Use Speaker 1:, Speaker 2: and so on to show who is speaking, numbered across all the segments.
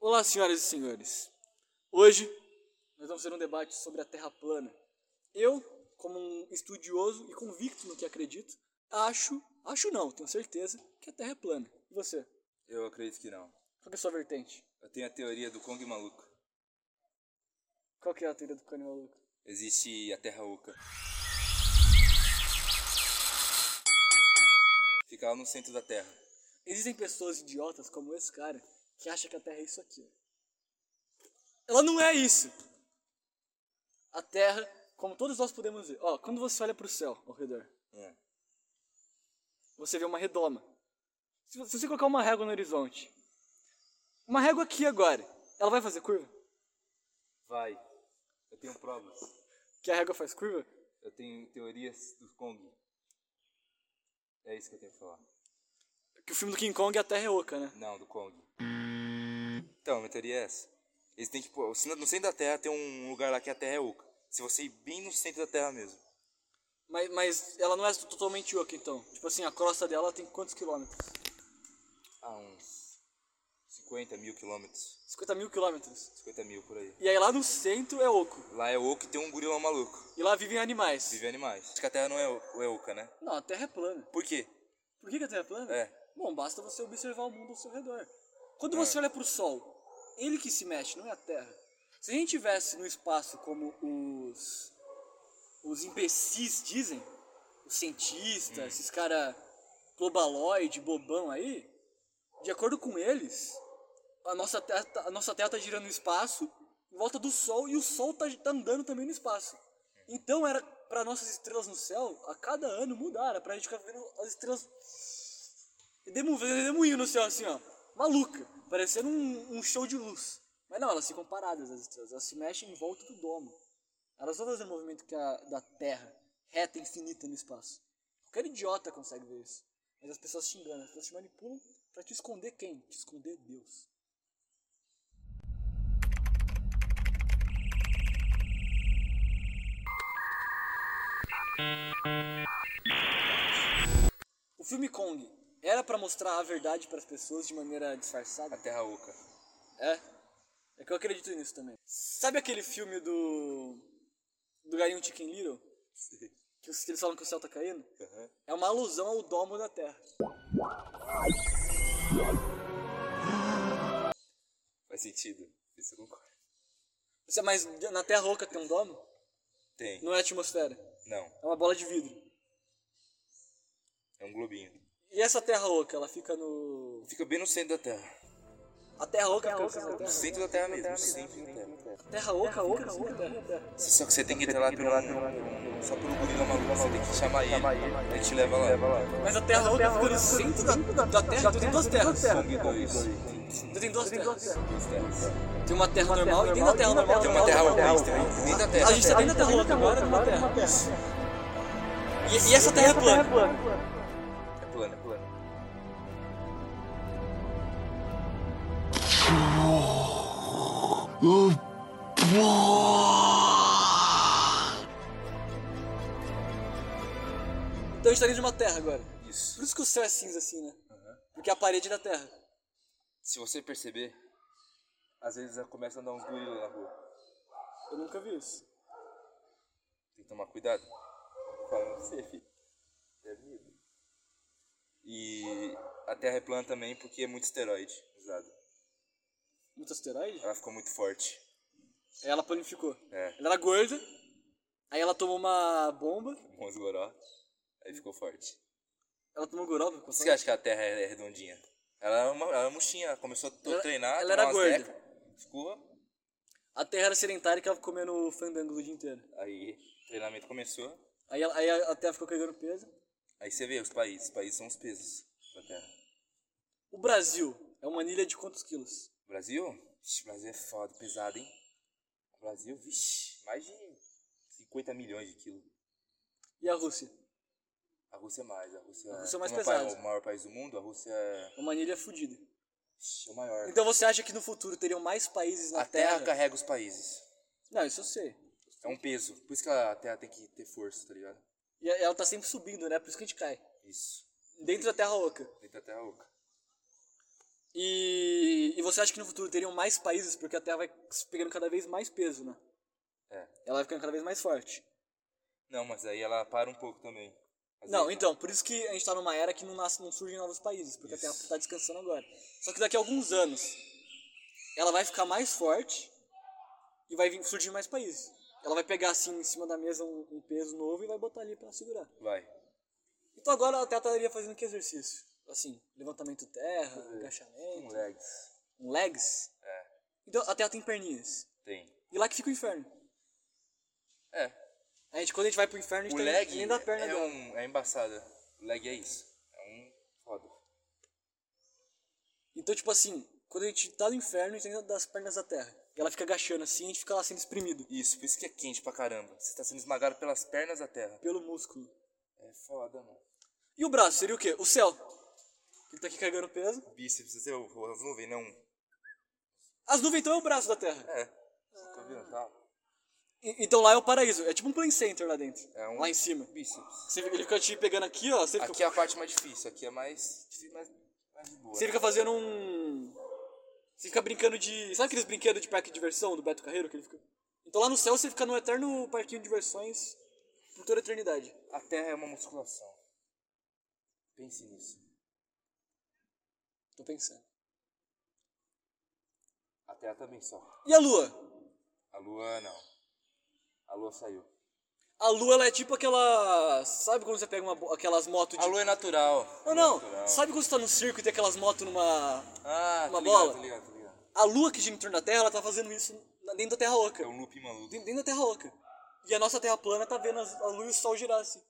Speaker 1: Olá, senhoras e senhores. Hoje nós vamos ter um debate sobre a Terra plana. Eu, como um estudioso e convicto no que acredito, acho, acho não, tenho certeza que a Terra é plana. E você?
Speaker 2: Eu acredito que não.
Speaker 1: Qual que é a sua vertente?
Speaker 2: Eu tenho a teoria do Kong maluco.
Speaker 1: Qual que é a teoria do cano maluco?
Speaker 2: Existe a Terra Oca. Fica lá no centro da Terra.
Speaker 1: Existem pessoas idiotas como esse cara que acha que a Terra é isso aqui. ó. Ela não é isso. A Terra, como todos nós podemos ver, ó, quando você olha para o céu ao redor,
Speaker 2: É.
Speaker 1: você vê uma redoma. Se vo- se você colocar uma régua no horizonte, uma régua aqui agora, ela vai fazer curva?
Speaker 2: Vai. Eu tenho provas.
Speaker 1: Que a régua faz curva?
Speaker 2: Eu tenho teorias do Kong. É isso que eu tenho que falar.
Speaker 1: Que o filme do King Kong a Terra é oca, né?
Speaker 2: Não, do Kong. Então, minha teoria é essa. Eles têm que pôr. se No centro da Terra tem um lugar lá que a Terra é oca. Se você ir bem no centro da Terra mesmo.
Speaker 1: Mas, mas ela não é totalmente oca, então. Tipo assim, a crosta dela tem quantos quilômetros?
Speaker 2: A uns 50 mil quilômetros.
Speaker 1: 50 mil quilômetros.
Speaker 2: 50 mil por aí.
Speaker 1: E aí lá no centro é oco.
Speaker 2: Lá é oco e tem um gorila maluco.
Speaker 1: E lá vivem animais.
Speaker 2: Vive animais. Acho que a Terra não é, o- é oca, né?
Speaker 1: Não, a Terra é plana.
Speaker 2: Por quê?
Speaker 1: Por que, que a Terra é plana?
Speaker 2: É.
Speaker 1: Bom, basta você observar o mundo ao seu redor. Quando você olha pro Sol, ele que se mexe, não é a Terra. Se a gente tivesse no espaço como os os imbecis dizem, os cientistas, esses cara globaloide, bobão aí, de acordo com eles, a nossa Terra, tá- a nossa terra tá girando no espaço, em volta do Sol, e o Sol tá, tá andando também no espaço. Então era para nossas estrelas no céu, a cada ano mudar, era pra gente ficar vendo as estrelas e demu- fazendo demoinho no céu, assim, ó. Maluca. Parecendo um, um show de luz. Mas não, elas ficam paradas, as estrelas. Elas se mexem em volta do domo. Elas vão fazer o tá movimento que a, da Terra, reta, infinita no espaço. Qualquer idiota consegue ver isso. Mas as pessoas te enganam, as pessoas te manipulam pra te esconder quem? Te esconder Deus. O filme Kong era pra mostrar a verdade pras pessoas de maneira disfarçada?
Speaker 2: A Terra Oca.
Speaker 1: É. É que eu acredito nisso também. Sabe aquele filme do. Do Galinho Chicken Little? Que os- que eles falam que o céu tá caindo?
Speaker 2: Aham.
Speaker 1: É uma alusão ao domo da Terra.
Speaker 2: Faz sentido. Isso eu concordo.
Speaker 1: Você- Mas na Terra Oca tem um domo?
Speaker 2: Tem.
Speaker 1: Não é atmosfera.
Speaker 2: Não.
Speaker 1: É uma bola de vidro.
Speaker 2: É um globinho.
Speaker 1: E essa Terra Oca, ela fica no.
Speaker 2: Fica bem no centro da Terra.
Speaker 1: A Terra Oca fica no centro da
Speaker 2: No
Speaker 1: Terra?
Speaker 2: centro da Terra mesmo. No centro da Terra.
Speaker 1: Terra Oca, Oca, Oca.
Speaker 2: Só que você tem que entrar lá pelo. Só pelo gorila maluco. Você tem que chamar ele. Ele te leva lá.
Speaker 1: Mas a Terra Oca fica no centro da, da Terra? Então tem duas terras.
Speaker 2: Kong 2.
Speaker 1: Então tem duas terras.
Speaker 2: Duas terras.
Speaker 1: Tem uma Terra normal e dentro da Terra normal
Speaker 2: Tem uma Terra
Speaker 1: outra.
Speaker 2: Oca também. Nem da Terra.
Speaker 1: A gente tá dentro da Terra Oca agora, numa Terra. E, e essa Terra é plana.
Speaker 2: É plano, é plano.
Speaker 1: Então a gente tá dentro de uma Terra agora.
Speaker 2: Isso.
Speaker 1: Por isso que o céu é cinza assim, né? Porque é a parede da Terra.
Speaker 2: Se você perceber, às vezes começa a andar uns gorilas na rua.
Speaker 1: Eu nunca vi isso.
Speaker 2: Tem que tomar cuidado. Fala pra você, filho. É medo. E a Terra é plana também porque é muito esteroide usado.
Speaker 1: Muito asteroide?
Speaker 2: Ela ficou muito forte.
Speaker 1: Aí ela planificou.
Speaker 2: É.
Speaker 1: Ela era gorda, aí ela tomou uma bomba,
Speaker 2: Com os goró. Aí ficou forte.
Speaker 1: ela tomou goró, pra
Speaker 2: Por isso que eu acho que a Terra é redondinha. Ela é uma, ela é murchinha. Ela começou a to-
Speaker 1: Ela-
Speaker 2: treinar.
Speaker 1: ela era
Speaker 2: tomar umas
Speaker 1: gorda.
Speaker 2: tecas, Ficou.
Speaker 1: A Terra era sedentária que ela ficou comendo fandango o dia inteiro.
Speaker 2: Aí o treinamento começou.
Speaker 1: Aí, ela- aí a a Terra ficou carregando peso.
Speaker 2: Aí você vê os países. Os países são os pesos da Terra.
Speaker 1: O Brasil é uma ilha de quantos quilos?
Speaker 2: Brasil? Vixe, Brasil é foda, pesado, hein? Brasil, vixe, mais de 50 milhões de quilos.
Speaker 1: E a Rússia?
Speaker 2: A Rússia é mais, a Rússia,
Speaker 1: A Rússia é mais
Speaker 2: como pa-
Speaker 1: pesada.
Speaker 2: o maior país do mundo, a Rússia é,
Speaker 1: É uma ilha fodida.
Speaker 2: vixe, é o maior.
Speaker 1: Então você acha que no futuro teriam mais países na
Speaker 2: a terra, carrega os países.
Speaker 1: Não, isso eu sei.
Speaker 2: É um peso. Por isso que a Terra tem que ter força, tá ligado?
Speaker 1: E ela tá sempre subindo, né? Por isso que a gente cai.
Speaker 2: Isso.
Speaker 1: Dentro da Terra Oca.
Speaker 2: Dentro da Terra Oca.
Speaker 1: E, e você acha que no futuro teriam mais países porque a Terra vai pegando cada vez mais peso, né?
Speaker 2: É.
Speaker 1: Ela vai ficando cada vez mais forte.
Speaker 2: Não, mas aí ela para um pouco também. Às
Speaker 1: Não,
Speaker 2: vezes,
Speaker 1: então, por isso que a gente tá numa era que não, nasce, não surgem novos países, porque a Terra
Speaker 2: Isso.
Speaker 1: tá descansando agora. Só que daqui a alguns anos, ela vai ficar mais forte e vai vir, surgir mais países. Ela vai pegar assim em cima da mesa um, um peso novo e vai botar ali pra segurar.
Speaker 2: Vai.
Speaker 1: Então agora a Terra estaria fazendo que exercício? Assim, levantamento terra,
Speaker 2: Fazer Um
Speaker 1: agachamento,
Speaker 2: legs.
Speaker 1: um legs.
Speaker 2: É,
Speaker 1: Então a Terra tem perninhas.
Speaker 2: tem.
Speaker 1: E lá que fica o inferno.
Speaker 2: É.
Speaker 1: A gente, quando a gente vai pro inferno, a
Speaker 2: O
Speaker 1: gente tá
Speaker 2: lag
Speaker 1: nem da perna
Speaker 2: é,
Speaker 1: dela.
Speaker 2: um, é embaçada. O lag é isso. É um foda.
Speaker 1: Então, tipo assim, quando a gente tá no inferno, a gente ainda das pernas da terra. E ela fica agachando assim, a gente fica lá sendo espremido
Speaker 2: Isso, por isso que é quente pra caramba. Você tá sendo esmagado pelas pernas da terra.
Speaker 1: pelo músculo.
Speaker 2: É foda, mano.
Speaker 1: E o braço seria o quê? O céu. Ele tá aqui carregando peso.
Speaker 2: Bíceps, você o- as nuvens, não.
Speaker 1: As nuvens então é o braço da terra.
Speaker 2: É. Você tá vendo? Tá.
Speaker 1: E- então lá é o paraíso. É tipo um play center lá dentro.
Speaker 2: É um
Speaker 1: Lá em cima.
Speaker 2: Bíceps.
Speaker 1: Você, ele fica te pegando aqui, ó. Você fica,
Speaker 2: Aqui é a parte mais difícil. Aqui é mais. difícil, mais, mais de boa.
Speaker 1: você fica fazendo um. Você fica brincando de. Sabe aqueles brinquedos de parque de diversão do Beto Carreiro? Que ele fica... Então lá no céu você fica num eterno parquinho de diversões por toda a eternidade.
Speaker 2: A terra é uma musculação. Pense nisso.
Speaker 1: Tô pensando.
Speaker 2: A terra também só.
Speaker 1: E a lua?
Speaker 2: A lua, não. A lua saiu.
Speaker 1: A lua, ela é tipo aquela. Sabe quando você pega uma, bo- aquelas motos de.
Speaker 2: A lua é natural.
Speaker 1: Não, não.
Speaker 2: Natural.
Speaker 1: Sabe quando você tá no circo e tem aquelas motos numa.
Speaker 2: Ah,
Speaker 1: Uma
Speaker 2: tô ligado,
Speaker 1: bola?
Speaker 2: tô ligado, tô ligado.
Speaker 1: A lua que gira em torno da Terra, ela tá fazendo isso na- dentro da Terra Oca.
Speaker 2: É um loop maluco.
Speaker 1: Dentro, dentro da Terra Oca. E a nossa Terra plana tá vendo as- a lua e o sol girar assim.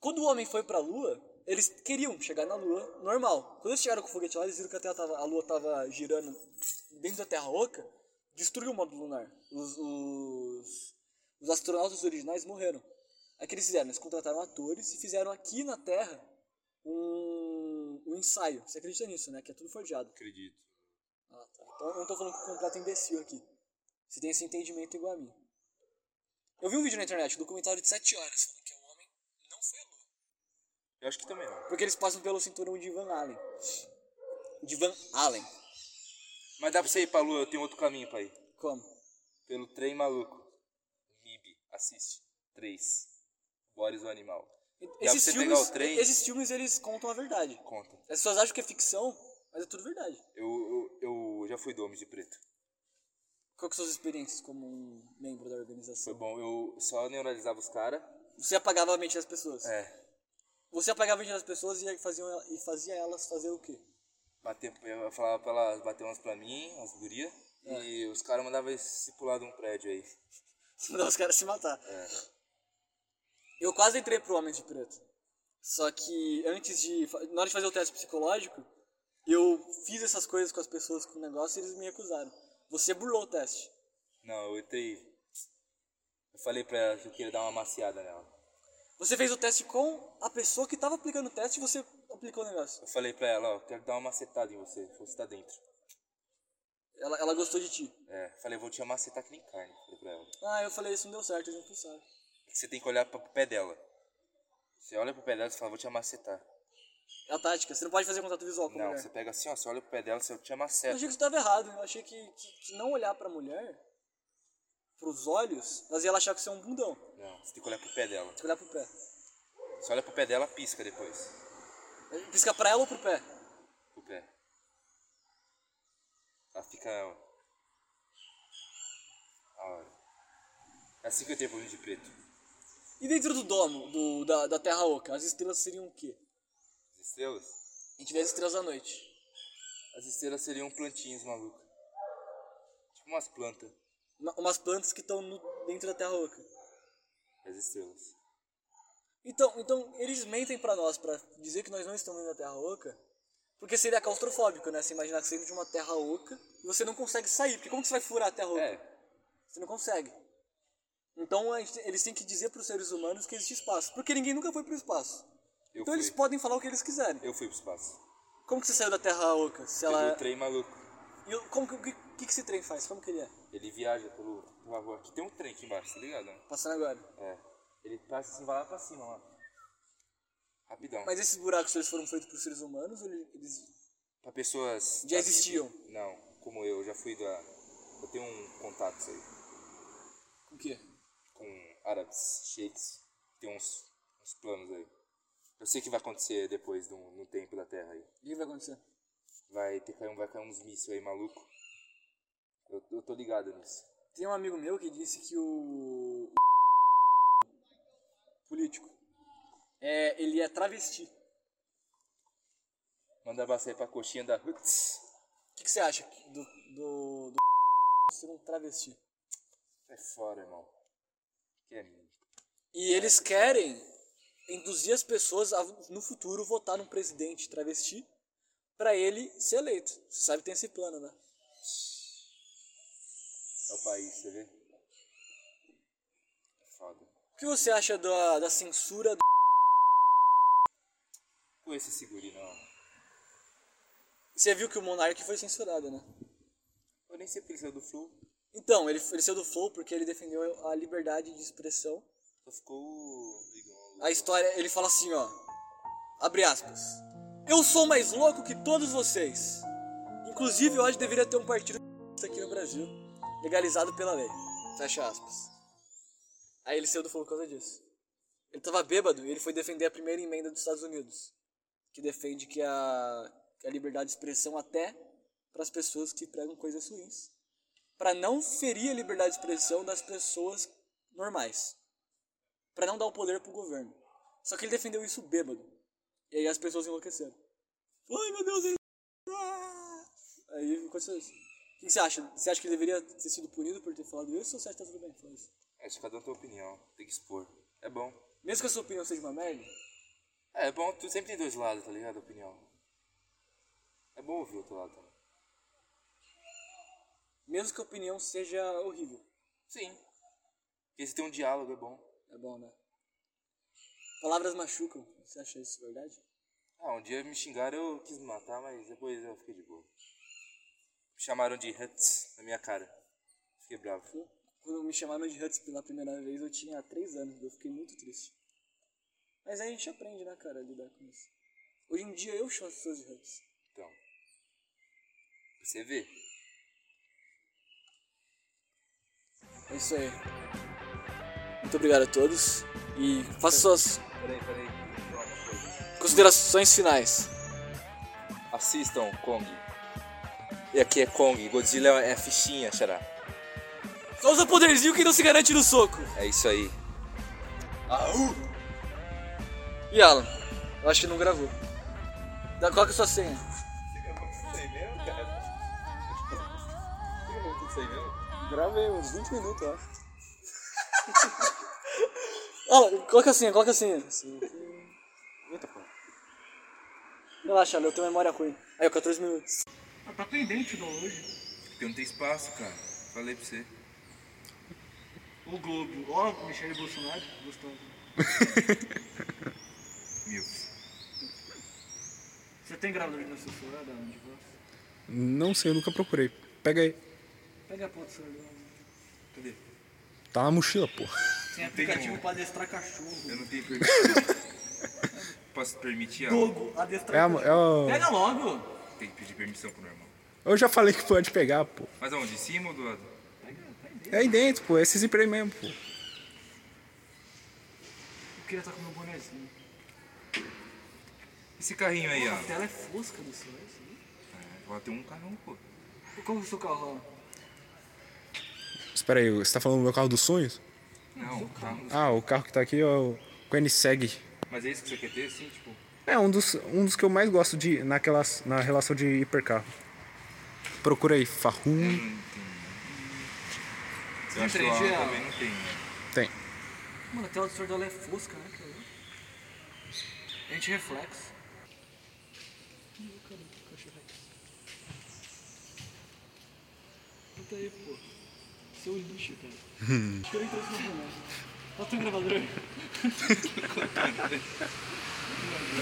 Speaker 1: Quando o homem foi pra lua, eles queriam chegar na lua normal. Quando eles chegaram com o foguete lá, eles viram que a, terra tava- a lua tava girando dentro da Terra Oca, destruiu o módulo lunar. Os, os- os astronautas originais morreram. Aí o que eles fizeram? Eles contrataram atores e fizeram aqui na Terra um, um ensaio. Você acredita nisso, né? Que é tudo forjado.
Speaker 2: Acredito.
Speaker 1: Ah, tá. Então eu não tô falando com um completo imbecil aqui. Você tem esse entendimento igual a mim. Eu vi um vídeo na internet, um documentário de 7 horas, falando que o homem não foi à lua.
Speaker 2: Eu acho que também não.
Speaker 1: Porque eles passam pelo cinturão de Van Allen. De Van Allen.
Speaker 2: Mas dá pra você ir pra lua, eu tenho outro caminho pra ir.
Speaker 1: Como?
Speaker 2: Pelo trem maluco. MIB, assiste. 3. Boris o Animal. pra você pegar o trem?
Speaker 1: esses filmes, eles contam a verdade.
Speaker 2: Conta.
Speaker 1: As pessoas acham que é ficção, mas é tudo verdade.
Speaker 2: Eu, eu, eu já fui do Homem de Preto.
Speaker 1: Qual que são suas experiências como um membro da
Speaker 2: Foi
Speaker 1: organização?
Speaker 2: bom, eu só neuralizava os caras.
Speaker 1: Você apagava a mente das pessoas.
Speaker 2: É.
Speaker 1: Você apagava a mente das pessoas e fazia, e fazia elas fazer o quê?
Speaker 2: Bater, eu falava pra elas bater umas pra mim, as gurias. E os caras mandavam eles se pular de um prédio aí.
Speaker 1: Mandar os caras se matar.
Speaker 2: É.
Speaker 1: Eu quase entrei pro Homem de Preto. Só que antes de. fa- Na hora de fazer o teste psicológico, eu fiz essas coisas com as pessoas com o negócio e eles me recusaram. Você burlou o teste.
Speaker 2: Não, eu entrei. Eu falei pra ela que eu queria dar uma maciada nela.
Speaker 1: Você fez o teste com a pessoa que tava aplicando o teste e você aplicou o negócio.
Speaker 2: Eu falei pra ela, ó, quero dar uma macetada em você, você tá dentro.
Speaker 1: Ela, ela gostou de ti.
Speaker 2: É, falei, vou te amacetar que nem carne, falei pra ela.
Speaker 1: Ah, eu falei, isso não deu certo, eles me expulsaram.
Speaker 2: Você tem que olhar pra- pro pé dela. Você olha pro pé dela e fala, vou te amacetar.
Speaker 1: É a tática, você não pode fazer contato visual com a
Speaker 2: Não,
Speaker 1: mulher.
Speaker 2: você pega assim, ó, você olha pro pé dela, você te
Speaker 1: Eu
Speaker 2: amaceta.
Speaker 1: achei que você tava errado, eu achei que, que, que não olhar pra mulher, pros olhos, fazia ela achar que você é um bundão. Tem
Speaker 2: Não, você tem que olhar pro pé dela.
Speaker 1: que olhar pro pé.
Speaker 2: Você olha pro pé dela, pisca depois.
Speaker 1: Pisca é pra ela ou pro pé?
Speaker 2: Pro pé. Ela fica... A hora. É assim que eu tenho problema de preto.
Speaker 1: E dentro do domo, do- da, da Terra Oca, as estrelas seriam o quê?
Speaker 2: As estrelas?
Speaker 1: A gente vê as estrelas à noite.
Speaker 2: As estrelas seriam plantinhas malucas. Tipo umas plantas.
Speaker 1: Uma- umas plantas que estão dentro da Terra Oca.
Speaker 2: As estrelas.
Speaker 1: Então, então eles mentem pra nós, pra dizer que nós não estamos dentro da Terra Oca, porque seria claustrofóbico, né? Você imaginar que você entra de uma Terra Oca e você não consegue sair. Porque como que você vai furar a Terra Oca?
Speaker 2: É,
Speaker 1: Você não consegue. Então a gente- eles têm que dizer pros seres humanos que existe espaço. Porque ninguém nunca foi pro espaço.
Speaker 2: eu
Speaker 1: então
Speaker 2: fui.
Speaker 1: eles podem falar o que eles quiserem.
Speaker 2: Eu fui pro espaço.
Speaker 1: Como que você saiu da Terra Oca? Se
Speaker 2: Pegou
Speaker 1: ela... é-
Speaker 2: o trem maluco.
Speaker 1: E o- como que, o que, o que que esse trem faz? Como que ele é?
Speaker 2: Ele viaja pelo, pela rua. Aqui tem um trem aqui embaixo, tá ligado? né?
Speaker 1: Passando agora.
Speaker 2: É. Ele passa assim, vai lá pra cima, lá. Rapidão.
Speaker 1: Mas esses buracos eles foram feitos por seres humanos ou eles
Speaker 2: pra pessoas.
Speaker 1: Já
Speaker 2: da
Speaker 1: existiam.
Speaker 2: Bíblia. Não, como eu, eu já fui da. Eu tenho um contato aí
Speaker 1: O quê?
Speaker 2: com árabes, sheiks. Tem uns, uns planos aí. Eu sei que vai acontecer depois no, no um tempo da Terra aí.
Speaker 1: O que vai acontecer?
Speaker 2: Vai ter cair, um- vai cair uns mísseis aí, maluco. Eu, eu tô ligado nisso.
Speaker 1: Tem um amigo meu que disse que o. político. É, ele é travesti. O
Speaker 2: Manda abraço aí pra coxinha da Roots.
Speaker 1: que, que você acha do. do. do ser um travesti?
Speaker 2: É fora, irmão. Que é lindo.
Speaker 1: E eles querem induzir as pessoas a, no futuro, votar num presidente travesti pra ele ser eleito. Você sabe que tem esse plano, né?
Speaker 2: É o país, você vê? É foda.
Speaker 1: O que você acha da, da censura do.
Speaker 2: Com esse seguri, não.
Speaker 1: Você viu que o Monark foi censurado, né?
Speaker 2: Eu nem sei porque ele saiu do Flu.
Speaker 1: Então, ele, ele saiu do Flow porque ele defendeu a liberdade de expressão.
Speaker 2: Só ficou o... Igão.
Speaker 1: A história, ele fala assim, ó. Abre aspas. Eu sou mais louco que todos vocês. Inclusive, hoje deveria ter um partido aqui no Brasil, legalizado pela lei. Fecha aspas. Aí ele saiu do Flow por causa disso. Ele tava bêbado e ele foi defender a primeira emenda dos Estados Unidos, que defende que a, que a liberdade de expressão até para as pessoas que pregam coisas ruins, para não ferir a liberdade de expressão das pessoas normais para não dar o poder pro governo. Só que ele defendeu isso bêbado. E aí as pessoas enlouqueceram. Ai meu Deus, ele. Ah! Aí aconteceu isso. O que que você acha? Você acha que ele deveria ter sido punido por ter falado isso ou você acha que tá tudo bem? Fala isso.
Speaker 2: Acho que cada um tem opinião. Tem que expor. É bom.
Speaker 1: Mesmo que a sua opinião seja uma merda,
Speaker 2: É, é bom. Tu sempre tem dois lados, tá ligado? Opinião. É bom ouvir o outro lado também.
Speaker 1: mesmo que a opinião seja horrível,
Speaker 2: Sim. Porque se tem um diálogo, é bom.
Speaker 1: é bom, né? Palavras machucam. Você acha isso verdade?
Speaker 2: Ah, um dia me xingaram, eu quis me matar, mas depois eu fiquei de boa. Me chamaram de Huts na minha cara. Fiquei bravo.
Speaker 1: Pô, Quando me chamaram de Huts pela primeira vez, eu tinha 3 anos, eu fiquei muito triste. Mas aí a gente aprende, né, cara, a lidar com isso. Hoje em dia eu chamo as pessoas de Huts.
Speaker 2: Então. Pra você ver.
Speaker 1: É isso aí. Muito obrigado a todos e faça suas
Speaker 2: Peraí, peraí. vou falar uma coisa.
Speaker 1: considerações finais.
Speaker 2: Assistam Kong. E aqui é Kong. Godzilla é a fichinha, xará.
Speaker 1: Só usa poderzinho que não se garante no soco.
Speaker 2: É isso aí.
Speaker 1: E Alan, eu acho que não gravou. Da qual que é a sua senha? Gravei uns 20 minutos, eu acho. Alan, coloca a senha, coloca a senha.
Speaker 2: Muita porra.
Speaker 1: Relaxa, Alan, eu tenho memória ruim. Aí, ó, 14 minutos.
Speaker 3: Tá pendente não hoje.
Speaker 2: Porque não tem espaço, cara. Falei pra você.
Speaker 3: O Globo. Ó, Michele Bolsonaro. tá Gostando.
Speaker 2: Mil.
Speaker 3: Você tem gravador no seu celular, Dano? De voz?
Speaker 4: Não sei, eu nunca procurei. Pega aí.
Speaker 3: Pega a porta do celular.
Speaker 2: Cadê?
Speaker 4: Tá na mochila, porra.
Speaker 3: Tem aplicativo pra adestrar cachorro.
Speaker 1: É
Speaker 2: Eu não tenho permissão. Posso permitir? Alan?
Speaker 3: Globo, adestrar
Speaker 4: É a,
Speaker 3: cachorro.
Speaker 4: é a-
Speaker 3: Pega logo.
Speaker 2: Tem que pedir permissão pro meu irmão.
Speaker 4: Eu já falei que pode pegar, pô.
Speaker 2: Mas aonde? De cima ou do lado?
Speaker 4: É aí dentro, pô. É esses empregos mesmo, pô.
Speaker 3: Eu queria estar com meu bonezinho.
Speaker 2: Esse carrinho aí,
Speaker 3: A
Speaker 2: ó.
Speaker 3: tela é fosca do celular. isso aí.
Speaker 2: Vai ter um carrão, pô.
Speaker 3: E como o seu carro? ó?
Speaker 4: Espera aí, você tá falando do meu carro dos sonhos?
Speaker 2: Não, um carro.
Speaker 4: Ah, o carro que tá aqui é o Koenigsegg.
Speaker 2: Mas é isso que você quer ter, assim, tipo.
Speaker 4: É um dos, um dos que eu mais gosto de naquelas, na relação de hipercarro. Procura aí, Fahum.
Speaker 2: Eu acho que o
Speaker 3: 3G,
Speaker 2: Alan
Speaker 3: Alan.
Speaker 2: também não tem, né?
Speaker 4: Tem.
Speaker 3: Mano, a tela do celular dela é fosca, né? Cara? Anti-reflexo. Ih, cadê o cachorro aí? Puta aí, pô. Seu lixo, cara. Acho que eu nem trouxe meu boneco. Bota o gravador aí.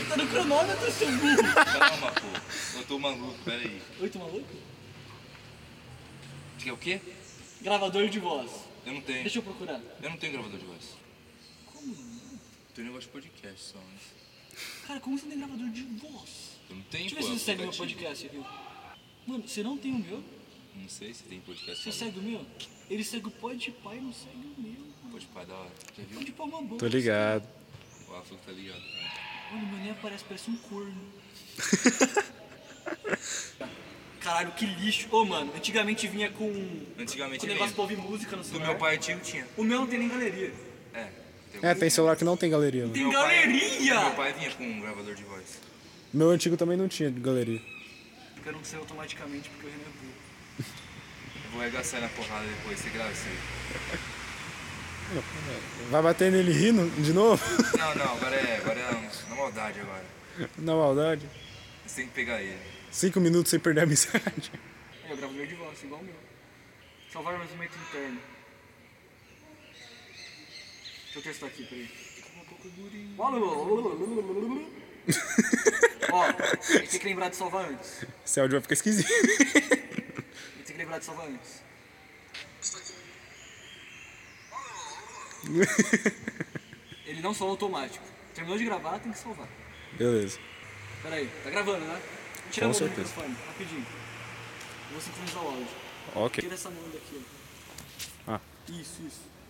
Speaker 3: tá no cronômetro, seu burro.
Speaker 2: Calma, pô. Eu tô maluco, peraí.
Speaker 3: Oi, tu maluco?
Speaker 2: Quer o quê?
Speaker 3: Gravador de voz.
Speaker 2: Eu não tenho.
Speaker 3: Deixa eu procurar.
Speaker 2: Eu não tenho gravador de voz. Como não? Tenho negócio de podcast só, né?
Speaker 3: Cara, como você tem gravador de voz?
Speaker 2: Eu não tenho,
Speaker 1: Deixa eu
Speaker 2: pô.
Speaker 1: ver se você segue meu
Speaker 2: aplicativo.
Speaker 1: podcast aqui. Mano, você não tem o meu?
Speaker 2: Não sei se tem podcast.
Speaker 1: Você segue o meu? Ele segue o Podpah e não segue o meu. mano.
Speaker 2: Pode parar da hora. Já viu?
Speaker 1: Podpah é uma boa.
Speaker 4: Tô ligado.
Speaker 2: O Afro tá ligado.
Speaker 1: Olha, meu nem aparece, parece um corno. Caralho, que lixo. Ô, mano, antigamente vinha com. um
Speaker 2: Antigamente
Speaker 1: com negócio
Speaker 2: vinha.
Speaker 1: pra ouvir música no
Speaker 2: Do
Speaker 1: celular.
Speaker 2: meu pai antigo tinha.
Speaker 1: O meu não tem nem galeria.
Speaker 2: É.
Speaker 4: É, tem celular que não tem galeria, né? mano.
Speaker 1: Tem
Speaker 2: Meu pai-
Speaker 1: galeria!
Speaker 2: Meu pai vinha com um gravador de voz.
Speaker 4: Meu antigo também não tinha galeria.
Speaker 1: Porque eu não sei automaticamente porque o Renan é burro.
Speaker 2: Eu vou arregaçar na porrada depois, você grava isso aí.
Speaker 4: Vai bater nele rindo de novo?
Speaker 2: Não, não, agora é, agora é um- na maldade agora.
Speaker 4: Na maldade.
Speaker 2: Você tem que pegar ele.
Speaker 4: Cinco minutos sem perder a amizade.
Speaker 1: Eu gravo meu de voz, igual o meu. Salvar o vazamento interno. Deixa eu testar aqui, peraí. Ó, a gente tem que lembrar de salvar antes.
Speaker 4: Esse áudio vai ficar esquisito.
Speaker 1: A gente tem que lembrar de salvar antes. Ele não salva automático. Terminou de gravar, tem que salvar.
Speaker 4: Beleza.
Speaker 1: Peraí, tá gravando, né? Tira
Speaker 4: Com
Speaker 1: a mão do
Speaker 4: certeza.
Speaker 1: microfone, rapidinho. Eu vou sincronizar o áudio.
Speaker 4: Ok.
Speaker 1: Tira essa mão daqui, ó.
Speaker 4: Ah.
Speaker 1: Isso, isso.